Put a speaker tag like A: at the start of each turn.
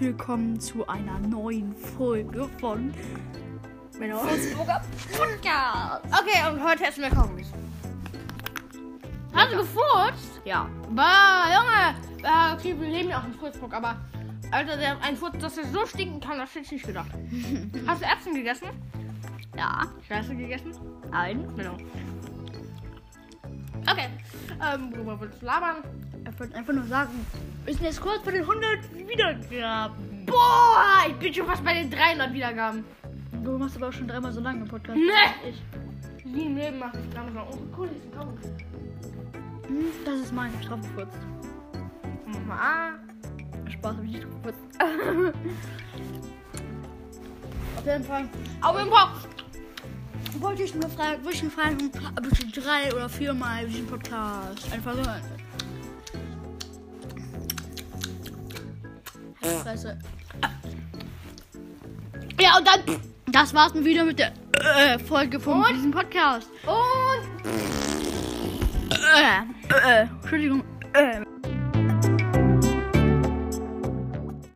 A: willkommen zu einer neuen Folge von
B: Genau.
A: Flussburger Podcast.
B: Okay, und heute essen wir Kaugummis. Hast du gefurzt?
A: Ja,
B: Bah, Junge! Ah, okay, wir leben ja auch in Furzburg, aber. Alter, der, ein Furz, dass der so stinken kann, das hätte ich nicht gedacht. Hast du Erbsen gegessen?
A: ja,
B: Scheiße gegessen?
A: nein.
B: Genau. Okay. Ähm, worüber willst du labern?
A: Ich wollte einfach nur sagen, wir sind jetzt kurz vor den 100 Wiedergaben.
B: Boah, ich bin schon fast bei den 300 Wiedergaben.
A: Du machst aber auch schon dreimal so lange Podcast.
B: Nee! Ich. Nie im Leben mache ich langsam. Oh, cool, hier ist ein Kaugummi.
A: Hm, Das ist mein, ich hab drauf gefurzt.
B: Ah.
A: Spaß, hab ich nicht drauf gefurzt. Auf jeden Fall
B: Auf jeden Fall.
A: wollte ich nur fragen, wollte ich nur fragen, ob ich schon drei oder viermal diesen Podcast einfach hören will. Scheiße.
B: Ja, und dann.
A: Das war's nun wieder mit der äh, Folge von
B: Und?
A: diesem Podcast.
B: Und.
A: Äh, äh, Entschuldigung. Äh.